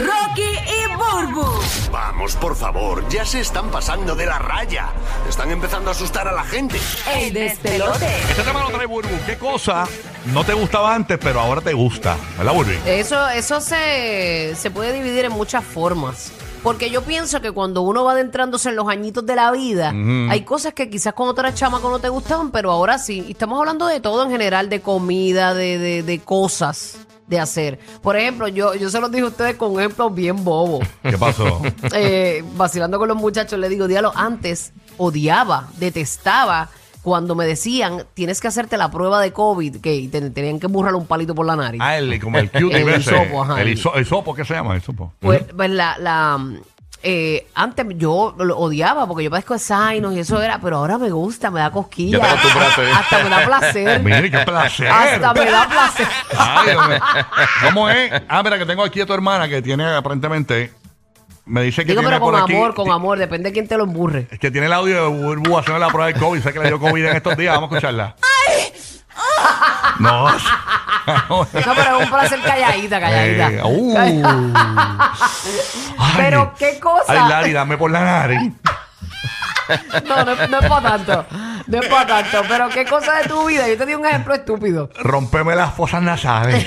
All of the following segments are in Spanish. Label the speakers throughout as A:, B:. A: Rocky y Burbu,
B: Vamos, por favor, ya se están pasando de la raya. Están empezando a asustar a la gente.
A: el despelote.
C: Este tema lo trae Burbu. ¿Qué cosa no te gustaba antes, pero ahora te gusta? ¿Verdad, Burbu?
D: Eso, eso se, se puede dividir en muchas formas. Porque yo pienso que cuando uno va adentrándose en los añitos de la vida, hay cosas que quizás cuando tú eras chamaco no te gustaban, pero ahora sí. Y estamos hablando de todo en general, de comida, de, de- de cosas de hacer. Por ejemplo, yo, yo se los dije a ustedes con ejemplos bien bobos.
C: ¿Qué pasó?
D: Eh, vacilando con los muchachos, le digo, diablo, antes odiaba, detestaba cuando me decían, tienes que hacerte la prueba de COVID, que te- tenían que burrar un palito por la nariz.
C: ah, el, como el cutie
D: El
C: ese.
D: hisopo, ajá.
C: El hiso- el hisopo, ¿qué se llama? El hisopo.
D: Pues, pues la, la eh, antes yo lo odiaba porque yo padezco de Sainos y eso era, pero ahora me gusta, me da cosquilla.
E: Ya te acostumbraste, ¿eh?
D: Hasta me da placer.
C: Mire, qué placer.
D: Hasta me da placer.
C: Ay, Dios mío. ¿Cómo es? Ah, mira, que tengo aquí a tu hermana que tiene aparentemente. Me dice que
D: Digo,
C: tiene
D: pero
C: por
D: con
C: aquí.
D: amor, con amor, depende de quién te lo emburre.
C: Que tiene el audio de Burbu haciendo la prueba del COVID. Sé que le dio COVID en estos días. Vamos a escucharla. No.
D: No, pero es un placer calladita,
C: Eh,
D: calladita.
C: uh. Ay.
D: Pero, ¿qué cosa?
C: Ay, Lari, dame por la nariz.
D: No, no, no es para tanto. No es para tanto. Pero qué cosa de tu vida. Yo te di un ejemplo estúpido.
C: Rompeme las fosas nasales.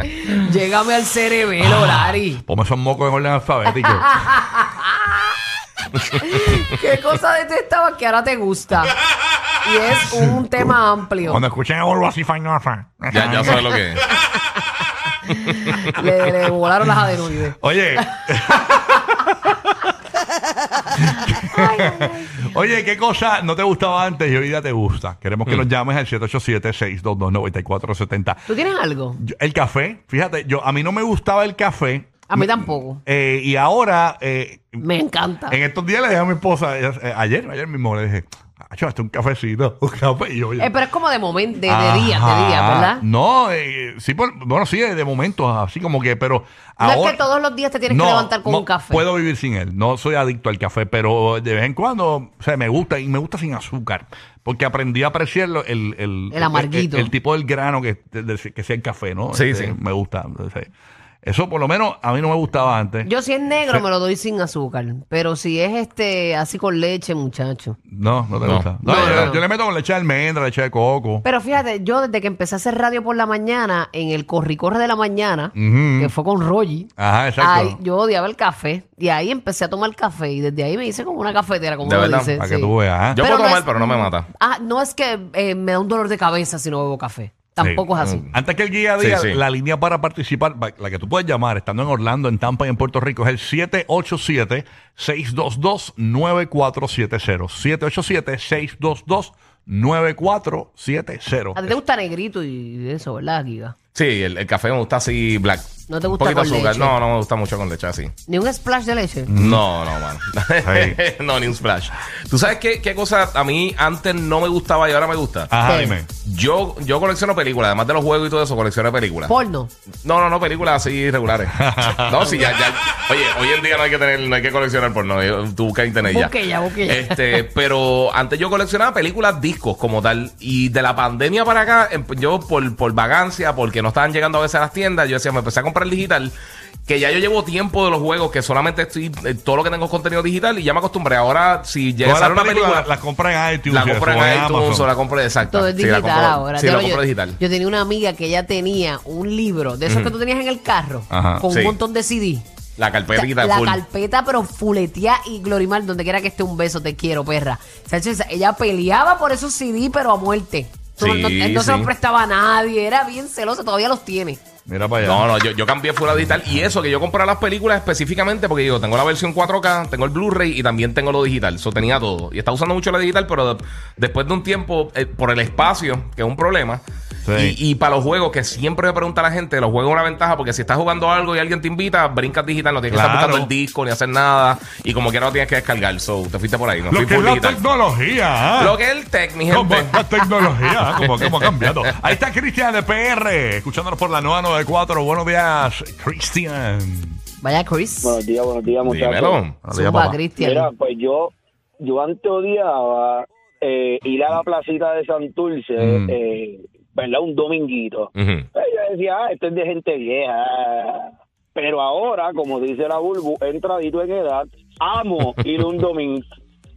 D: Llégame al cerebelo,
C: Ah.
D: Lari.
C: Ponme esos mocos en orden alfabético.
D: ¿Qué cosa detestabas que ahora te gusta? Y es un tema amplio.
C: Cuando escuchen algo así, fainofa.
E: Ya, ya sabes lo que es.
D: le, le volaron las adenoides.
C: Oye. Oye, ¿qué cosa no te gustaba antes y hoy día te gusta? Queremos
E: Mm.
C: que nos llames al 787-622-9470.
D: ¿Tú tienes algo?
C: Yo- El café, fíjate, yo a mí no me gustaba el café.
D: A mí tampoco.
C: Eh, y ahora, eh,
D: Me encanta.
C: en estos días le dije a mi esposa, ella- eh, ayer, ayer mismo le dije, "Acho, hazte un cafecito, un café. Y yo, oye,
D: Eh, pero es como de momento, de, de día, de día,
C: Ajá.
D: ¿verdad? No
C: No, eh, sí, por- bueno, sí, de momento, así como que, pero
D: es que todos los días te tienes que levantar con
C: no,
D: un café.
C: Puedo vivir sin él, no soy adicto al café, pero de vez en cuando, o sea, me gusta y me gusta sin azúcar, porque aprendí a apreciar lo- el, el,
D: El amarguito.
C: el, el tipo del grano que, de- de- que sea el café, ¿no?
E: Sí,
C: Este,
E: sí.
C: Me gusta. o sea, Eso por lo menos a mí no me gustaba antes.
D: Yo si es negro me lo doy sin azúcar, pero si es este así con leche, muchacho.
C: No, no te
E: No.
C: gusta. No,
D: No,
C: yo,
D: no, no.
C: yo le meto con leche de almendra, leche de coco.
D: Pero fíjate, yo desde que empecé a hacer radio por la mañana, en el corricorre de la mañana,
C: Ujú. Ah,
D: que fue con Rogi,
C: Ajá, exacto.
D: ay, yo odiaba el café. Y ahí empecé a tomar café y desde ahí me hice como una cafetera, como
E: De
D: uno
E: verdad,
D: dice.
C: para que
D: sí.
C: tú veas. ¿eh?
E: Yo
D: Pero
E: puedo
D: no
E: tomar,
D: es-
E: pero no me mata.
D: Ah, no es que eh, me da un dolor de cabeza si no bebo café. Tampoco
C: Sí.
D: es así.
C: Antes que el día a día,
E: Sí, sí.
C: la línea para participar, pa- la que tú puedes llamar, estando en Orlando, en Tampa y en Puerto Rico, es el 787-622-9470. 787-622-9470.
D: A ti te gusta negrito y eso, ¿verdad, Giga?
E: Sí, el, el café me gusta así black.
D: ¿No te
E: Un
D: gusta
E: poquito
D: con
E: azúcar.
D: leche?
E: No, no me gusta mucho con leche así.
D: Ni un splash de leche.
E: No, no, mano.
C: Sí.
E: no, ni un splash. ¿Tú sabes qué, qué cosa a mí antes no me gustaba y ahora me gusta?
C: Ajá,
D: Sí.
C: dime.
E: Yo, yo colecciono películas, además de los juegos y todo eso, colecciono películas.
D: Porno.
E: No, no, no, películas así irregulares. no, sí, ya, ya. Oye, hoy en día no hay que tener, no hay que coleccionar porno. yo- Tú buscas en internet ya.
D: Busque ya, busque ya.
E: Este, pero antes yo coleccionaba películas, discos como tal. Y de la pandemia para acá, em- yo por, por vagancia, porque no estaban llegando a veces a las tiendas, yo decía, me empecé a comprar comprar el digital. Que ya yo llevo tiempo de los juegos que solamente estoy. eh, todo lo que tengo es contenido digital y ya me acostumbré. Ahora, si llega a
C: Todas
E: salir
C: las
E: una película.
C: películas las compran en iTunes.
E: La
C: eso,
E: compra
C: o
E: en iTunes
C: Amazon.
E: o la compra exacta.
D: Todo es
E: Sí, la
D: digital
E: compra-
D: ahora.
E: Sí,
D: Te
E: la
D: lo-
E: compra
D: yo,
E: digital. Mm.
D: yo tenía una amiga que ella tenía un libro de esos que tú tenías en el carro
C: Ajá,
D: con
E: sí.
D: un montón de CD.
E: La carpetita
D: la
E: full.
D: carpeta, pero fuletea y Glorimar, donde quiera que esté un beso, te quiero, perra. Chacho, esa- ella peleaba por esos CD, pero a muerte. Tú no-
E: Sí,
D: no, él no se
E: sí.
D: los prestaba a nadie, era bien celosa, todavía los tiene.
C: Mira para allá.
E: No, no, yo, yo cambié fuera digital y eso que yo compraba las películas específicamente porque yo tengo la versión 4K, tengo el Blu-ray y también tengo lo digital. Eso tenía todo. Y estaba usando mucho la digital, pero de- después de un tiempo, eh, por el espacio, que es un problema.
C: Sí.
E: Y, y para los juegos, que siempre me pregunta la gente, los juegos es una ventaja porque si estás jugando algo y alguien te invita, brincas digital, no tienes que estar
C: Claro.
E: buscando el disco ni hacer nada. Y como quiera no tienes que descargar. So, te fuiste por ahí. No
C: Lo
E: fui
C: que es
E: full
C: la
E: digital.
C: tecnología, ¿ah?
E: Lo que es el tech, mi
C: ¿Cómo
E: gente.
C: es la tecnología? ¿Cómo, cómo ha cambiado? Ahí está Cristian de PR, escuchándonos por la 994. Buenos días, Cristian.
D: Vaya Chris.
F: Buenos días, buenos días, muchachos.
E: Dímelo.
D: Zumba, Cristian.
F: Mira, pues yo, yo antes odiaba eh, ir a la placita de Santurce,
C: Mm.
F: eh, ¿verdad? Un dominguito.
E: Ujú.
F: Pues yo decía, ah, esto es de gente vieja. Pero ahora, como dice la Bulbu, he entradito en edad, amo ir un domingo.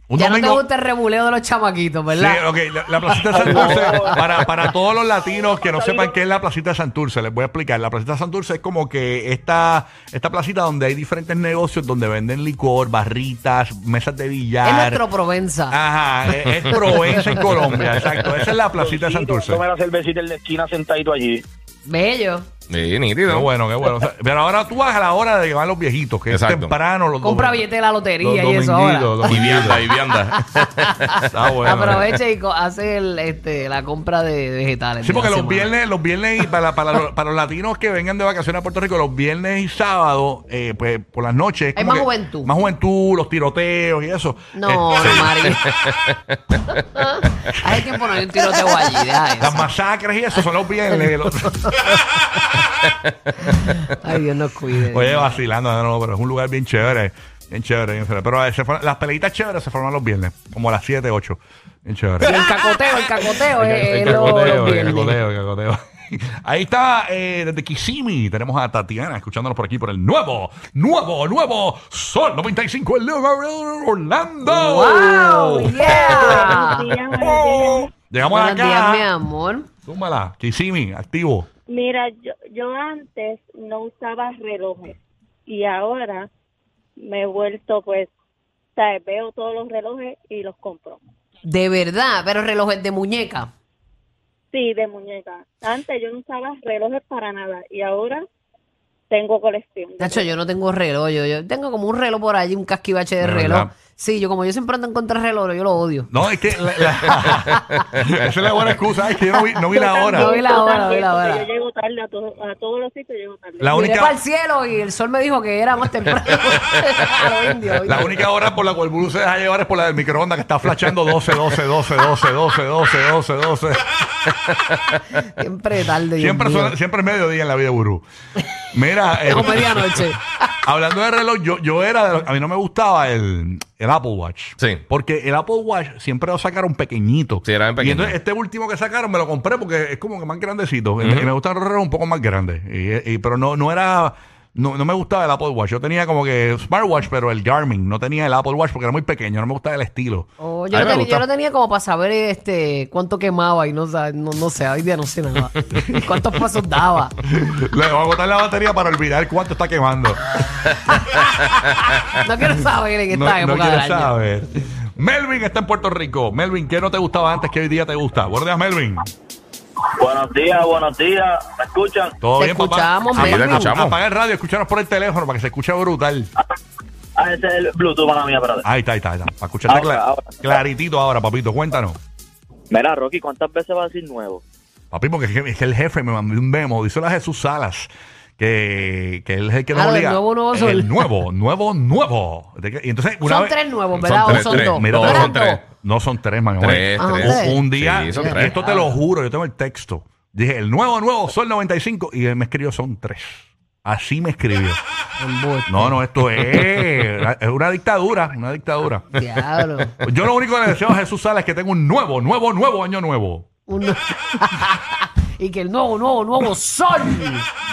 C: Un
D: ya no te
C: domingo.
D: gusta el rebuleo de los chamaquitos,
C: Sí, oh,
D: ¿verdad?
C: ok, la, la placita de Santurce, para, para todos los latinos que no sepan qué es la placita de Santurce, les voy a explicar. La placita de Santurce es como que esta, esta placita donde hay diferentes negocios donde venden licor, barritas, mesas de billar.
D: es nuestro Provenza.
C: Ah. Ajá, es, es Provenza en Colombia, exacto. Esa es la placita de Santurce.
F: Tome la cervecita en la esquina sentadito allí.
D: Bello.
E: Sí, nítido.
C: Qué bueno, qué bueno. O sea, pero ahora tú vas a la hora de llevar a los viejitos, que es
E: Exacto.
C: temprano. Los
D: Compra
C: domin-
D: billete de la
C: los
D: lotería y eso ahora.
C: dominguitos, los
E: Y
C: dominguitos.
E: vianda, y vianda.
C: Ah, Está bueno.
D: Aprovecha y co- hace el, este, la compra de vegetales.
C: Sí,
D: de la
C: porque los
D: semana.
C: viernes, los viernes y para, para, los- para los latinos que vengan de vacaciones a Puerto Rico, los viernes y sábados, eh, pues por las noches. es
D: Hay
C: como
D: más
C: que-
D: juventud.
C: Más juventud, los tiroteos y eso.
D: No,
C: Eh, sí.
D: María. Hay que poner un tiroteo allí, deja
C: Las
D: eso.
C: masacres y eso son los viernes. Los-
D: Ay, Dios nos cuide.
C: Oye, vacilando, no, no, pero es un lugar bien chévere. Bien chévere, bien chévere. Pero eh, se forman- las peleitas chéveres se forman los viernes, como a las 7, 8. Bien chévere.
D: Y el cacoteo, el cacoteo, eh,
C: El
D: eh, lo-
C: cacoteo,
D: los
C: el
D: viernes.
C: cacoteo, el cacoteo. Ahí está, eh, desde Kisimi, tenemos a Tatiana escuchándonos por aquí por el nuevo, nuevo, nuevo Sol 95, el nuevo Orlando.
D: ¡Wow!
C: Ah.
D: ¡Yeah!
G: Buenos días, buenos
C: Oh,
G: días.
C: Llegamos
D: Buenos días, mi
C: acá.
D: amor.
C: Túmala, Kisimi, activo.
G: Mira, yo, yo antes no usaba relojes y ahora me he vuelto, pues, o sea, veo todos los relojes y los compro.
D: De verdad, pero relojes de muñeca.
G: Sí, de muñeca. Antes yo no usaba relojes para nada y ahora tengo colección.
D: De hecho, yo no tengo reloj. Yo, yo tengo como un reloj por allí, un casquivache de
C: De
D: reloj.
C: verdad.
D: Sí, yo como yo siempre ando en contra del reloj, yo lo odio.
C: No, es que la- la- esa es la buena excusa. Es que yo no vi, no vi la hora.
D: No vi la hora,
G: Yo
D: no vi la
G: también, porque
D: hora.
G: Yo llego tarde a, todo- a todos los sitios, llego tarde.
C: La
D: Miré para
C: única,
D: el cielo y el sol me dijo que era más temprano. A los indios,
C: la
D: ¿viste?
C: única hora por la cual Buru se deja llevar es por la del microondas que está flashando 12, 12, 12, 12, 12, 12, 12, 12.
D: Siempre tarde. Dios
C: Siempre,
D: mío.
C: suena- siempre es mediodía en la vida de Burú. Mira, eh,
D: O medianoche.
C: hablando de reloj, yo, yo era, de los- a mí no me gustaba el, el Apple Watch.
E: Sí.
C: Porque el Apple Watch siempre lo sacaron pequeñito.
E: Sí, era bien
C: Y
E: pequeño.
C: entonces este último que sacaron me lo compré porque es como que más grandecito. Y me- Y me gustan los relojes un poco más grandes. Y- y- pero no, no era... No, no me gustaba el Apple Watch. Yo tenía como que smartwatch, pero el Garmin. No tenía el Apple Watch porque era muy pequeño. No me gustaba el estilo.
D: Oh,
E: A
D: yo,
E: mí
D: lo
E: me
D: tenía,
E: gusta.
D: yo lo tenía como para saber este cuánto quemaba y no, sa- no, no sé, hoy día no sé nada. ¿Cuántos pasos daba?
C: Le voy a botar la batería para olvidar cuánto está quemando.
D: No quiero saber en
C: no,
D: esta
C: no
D: época del
C: quiero
D: año.
C: saber. Melvin está en Puerto Rico. Melvin, ¿qué no te gustaba antes que hoy día te gusta? Buenos días, Melvin.
F: Buenos días, buenos días. ¿Me escuchan?
C: ¿Todo
D: Te
C: bien, papá?
D: escuchamos,
C: Apaga-
E: Melvin.
C: escuchamos. Apaga el radio, escúchanos por el teléfono para que se escuche brutal.
F: Ah, ese es el Bluetooth para mí, espérate.
C: Ahí está, ahí está. ahí está. Para escucharte
F: Ahora,
C: cla-
F: ahora.
C: claritito ahora, papito. Cuéntanos.
F: Mira, Rocky, ¿cuántas veces vas a decir nuevo?
C: Papi, porque es que, es que el jefe me mandó un memo. Dice la Jesús Salas. Que, que él es el que nos
D: Ah, lo del
C: obliga.
D: nuevo, nuevo
C: El
D: sol.
C: nuevo, nuevo, nuevo. De que- Y entonces, una
D: Son
C: vez-
D: tres nuevos, ¿verdad?
E: tres,
D: o son
E: tres.
D: dos.
C: Mira,
D: ¿No
E: dos,
D: eran
E: son tres.
D: dos?
C: No son tres, man.
E: Tres,
C: Bueno,
D: tres.
C: un-
D: Ah,
C: Un
E: tres.
C: día,
E: Sí, son
C: y
E: tres.
C: esto te lo juro, yo tengo el texto. Dije, el nuevo, nuevo Sol 95. Y él me escribió, son tres. Así me escribió. No, no, esto es, es una dictadura, una dictadura.
D: Diablo.
C: Yo lo único que le deseo a Jesús Sala es que tenga un nuevo, nuevo, nuevo año nuevo.
D: Uno- y que el nuevo, nuevo, nuevo sol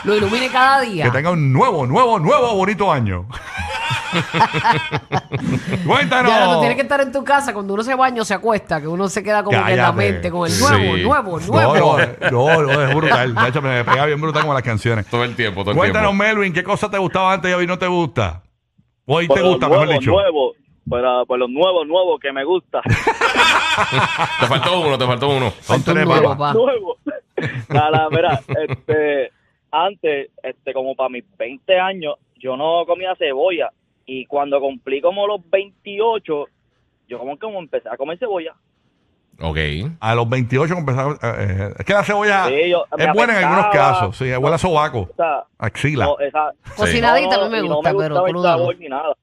D: lo ilumine cada
C: Que
D: día.
C: tenga un nuevo, nuevo, nuevo bonito año. Cuéntanos.
D: Ya, no, tú tienes que estar en tu casa cuando uno se baña o se acuesta, que uno se queda como que en la
C: Cállate.
D: mente con el
E: Sí.
D: nuevo, nuevo,
C: no,
D: nuevo.
C: no, no, no, es brutal. De hecho, me pega bien brutal como las canciones.
E: Todo el tiempo, todo el
C: Cuéntanos,
E: tiempo.
C: Melvin, ¿qué cosa te gustaba antes y hoy no te gusta? Hoy te
H: los
C: gusta,
H: nuevos,
C: mejor dicho.
H: nuevos, para, para los nuevos, nuevos que me gusta.
E: Te faltó uno, te faltó uno.
C: Son
D: Tú
C: tres,
D: nuevo, pa.
C: papá.
H: Nuevo. Nada, mira, este, antes, este, como para mis 20 años, yo no comía cebolla. Y cuando cumplí como los 28, yo como que como empecé a comer cebolla.
E: Ok.
C: A los 28 empezaron. eh, es que la cebolla
H: Sí, yo- me
C: es buena en
H: afectaba.
C: algunos casos. Sí, huele a sobaco,
H: O sea,
C: axila.
H: no, esa-
D: Cocinadita a mí me
H: y
D: gusta, pero
H: gustaba el
D: cruda no.
H: sabor ni nada.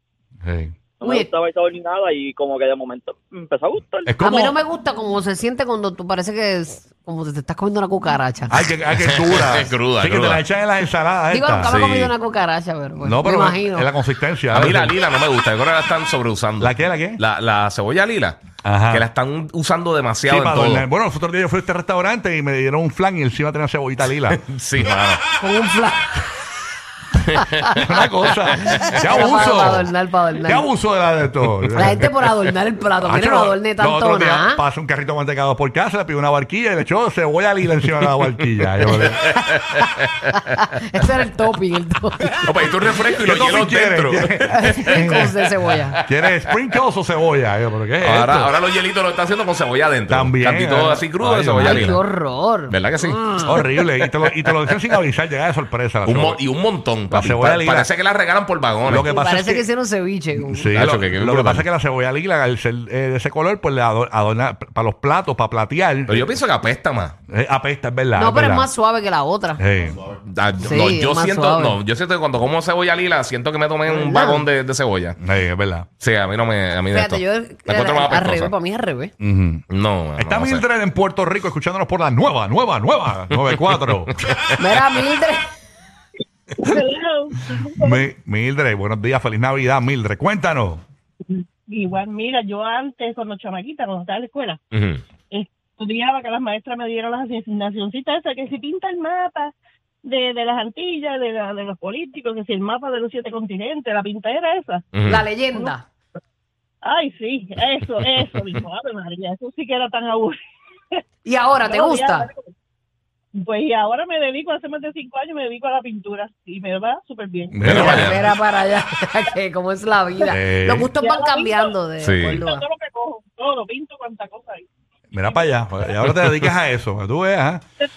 C: Sí.
H: No me
D: Uy.
H: gustaba el sabor ni nada y como que de momento me empezó a gustar.
C: Es
D: A
C: como.
D: mí no me gusta cómo se siente cuando tú parece que es como si te estás comiendo una cucaracha.
C: Ay, que, ay, que es dura.
E: Es cruda,
C: Sí, que te
E: cruda.
C: la echan en las ensaladas.
D: Digo, nunca
C: estas.
D: me he
E: sí.
D: comido una cucaracha, pero bueno,
C: No, pero
D: me
C: la-
D: imagino.
C: es la consistencia.
E: A mí
C: ¿verdad?
E: la lila no me gusta. Yo creo que la están sobreusando.
C: ¿La qué, la qué?
E: La, la cebolla lila.
C: Ajá.
E: Que la están usando
C: Sí,
E: demasiado en
C: para
E: todo.
C: adornar. Bueno, los otros días yo fui a este restaurante y me dieron un flan y encima tenía cebollita lila.
E: Sí, mano.
D: Con un flan.
C: Una cosa. ¡Qué
D: Para
C: abuso!
D: adornar, para adornar.
C: ¡Qué abuso de la de todo!
D: La gente por adornar el plato. Mira,
C: Hacho,
D: no adorne
C: los
D: tanto
C: otros días
D: nada.
C: Pasa un carrito de mantecado por casa, le pide una barquilla y le echó cebolla lila encima de la barquilla. Yo le-
D: Ese era el topping, el topping.
E: Opa, pues, y tú refresco y
C: ¿Qué
E: lo
C: topping
E: hielos
C: quieres?
E: dentro.
D: Con de cebolla.
C: ¿Quieres sprinkles o cebolla? Yo, ¿pero qué es
E: Ahora,
C: esto?
E: ahora los hielitos lo están haciendo con cebolla adentro.
C: También.
E: Cantito así crudo
C: Ay,
E: de
C: Dios
E: cebolla
D: Ay, qué
E: lila.
D: horror.
E: ¿Verdad que sí?
C: Horrible. Y te lo, y te lo dejan sin avisar, llega de sorpresa. la
E: Un mo-
C: cebolla.
E: y un montón. papi.
C: cebolla
E: Pa-
C: lila.
E: parece que la regalan por vagones.
C: Lo que
D: Y
C: pasa
D: parece
C: es
D: que...
C: que-
D: hicieron ceviche. con-
C: Sí,
E: Nacho,
C: lo,
E: que- que
C: lo que
E: brutal.
C: pasa es que la cebolla lila, al ser eh, de ese color, pues le ador- adorna para los platos, para platear.
E: Pero yo pienso que apesta más.
C: Eh, apesta, es verdad.
D: no, pero es
C: verdad.
D: más suave que la otra.
C: Eh,
E: Ah,
D: Sí,
E: no,
D: es
E: yo
D: más
E: siento,
D: suave.
E: no, yo siento que cuando como cebolla lila, siento que me tomé un
D: ¿Verdad?
E: vagón de, de cebolla.
C: eh, es verdad.
E: Sí, a mí no me. A mí de
D: Fíjate, yo
E: esto.
D: al
E: La encuentro más
D: al revés,
E: apestosa.
D: para mí es al revés.
C: Ujú.
E: No,
C: Está
E: no, no sé.
C: Mildred en Puerto Rico escuchándonos por la nueva, nueva, nueva, 94.
D: Mira, Mildred.
C: Mi- Mildred, buenos días, feliz Navidad, Mildred. Cuéntanos.
G: Igual, mira, yo antes, cuando chamaquita, cuando estaba en la escuela,
E: Ujú.
G: estudiaba que las maestras me dieron las asignacioncitas esas, que si pinta el mapa de, de las Antillas, de, la- de los políticos, que si el mapa de los siete continentes, la pintadera esa.
E: Ujú.
D: La leyenda.
G: Ay, sí, eso, eso, dijo, Ave María, eso sí que era tan aburrido.
D: Y ahora, ¿te
G: No,
D: gusta?
G: ya, Pues y ahora me dedico, hace más de cinco años me dedico a la pintura y me va súper bien.
C: Mm.
E: Mira para allá.
D: Mira para allá, que cómo es la vida.
C: Eh.
D: Los gustos
G: Ya
D: van
G: la vi,
D: cambiando de
E: Sí.
D: acuerdo
G: Pinto
D: a-
G: todo lo que cojo, todo, pinto cuanta cosa hay.
C: Mira para allá. Y ahora te dedicas a eso. Tú veas. ¿eh?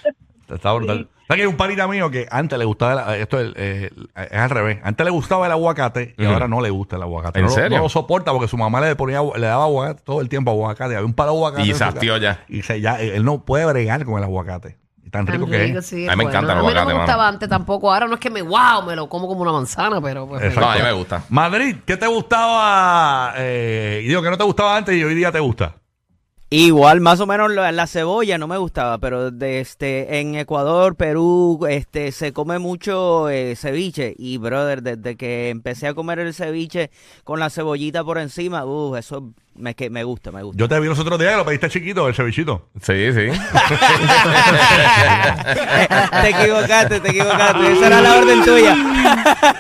C: Está brutal. ¿Sabes que hay un parita mío que antes le gustaba, la- esto es, eh, es al revés, antes le gustaba el aguacate y
E: Ujú.
C: ahora no le gusta el aguacate.
E: ¿En
C: no, lo-
E: serio?
C: no lo soporta porque su mamá le ponía, agu- le daba aguacate todo el tiempo aguacate. Había un par de aguacate.
E: Y
C: en su
E: se
C: casa.
E: hastió ya.
C: Y se- ya, eh, él no puede bregar con el aguacate. Y tan rico
D: Tan
C: que
D: rico,
C: es.
D: sí,
E: A mí me
D: bueno.
E: encanta el
D: A mí no
E: aguacate,
D: me
E: mano.
D: gustaba antes tampoco. Ahora no es que me wow, me lo como como una manzana, pero pues, me
C: Exacto.
E: No, a mí me gusta.
C: Madrid, ¿qué te gustaba? eh, y digo que no te gustaba antes y hoy día te gusta.
I: Igual, más o menos la, la cebolla no me gustaba, pero de este, en Ecuador, Perú, este, se come mucho eh, ceviche. Y, brother, desde que empecé a comer el ceviche con la cebollita por encima, uh, eso me, que, me gusta, me gusta.
C: Yo te vi los otros días que lo pediste chiquito, el cevichito.
E: Sí, sí.
I: te equivocaste, te equivocaste. Esa era la orden tuya.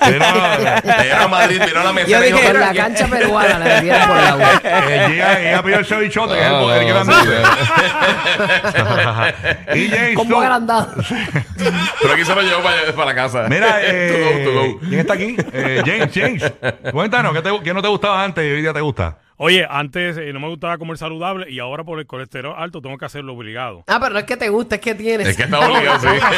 C: Era- eh,
E: Era Madrid, vino a la mesera y
I: Yo dije,
E: dijo,
D: Por la
E: "Pero,
D: cancha peruana le metieron por el agua.
C: Eh, llega, llega a pedir el cevichote, que es el
E: No,
C: poder que
E: no,
C: dan
E: sí,
C: y Jason,
D: Como agrandado.
E: Pero aquí se lo llevó para, para la casa.
C: Mira,
E: To go,
C: eh,
E: to go.
C: ¿quién está aquí? Eh, James, James. Cuéntanos, ¿qué, te- qué no te gustaba antes y hoy día te gusta?
J: Oye, antes eh, no me gustaba comer saludable y ahora por el colesterol alto tengo que hacerlo obligado.
D: Ah, pero no es que te gusta, es que tienes.
E: Es que está obligado, sí. Está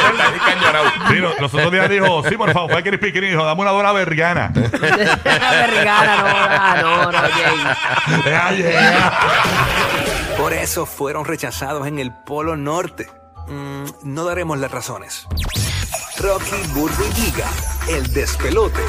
E: encañonado.
C: Sí, lo- los otros días dijo, sí, por favor, fue Crispy Kreme, dijo, dame una dona vergana.
D: Vergara, no, ah, no, no, James.
C: Ya, ya.
K: Por eso fueron rechazados en el Polo Norte. Mm, no daremos las razones. Rocky Burbu y Giga, el despelote.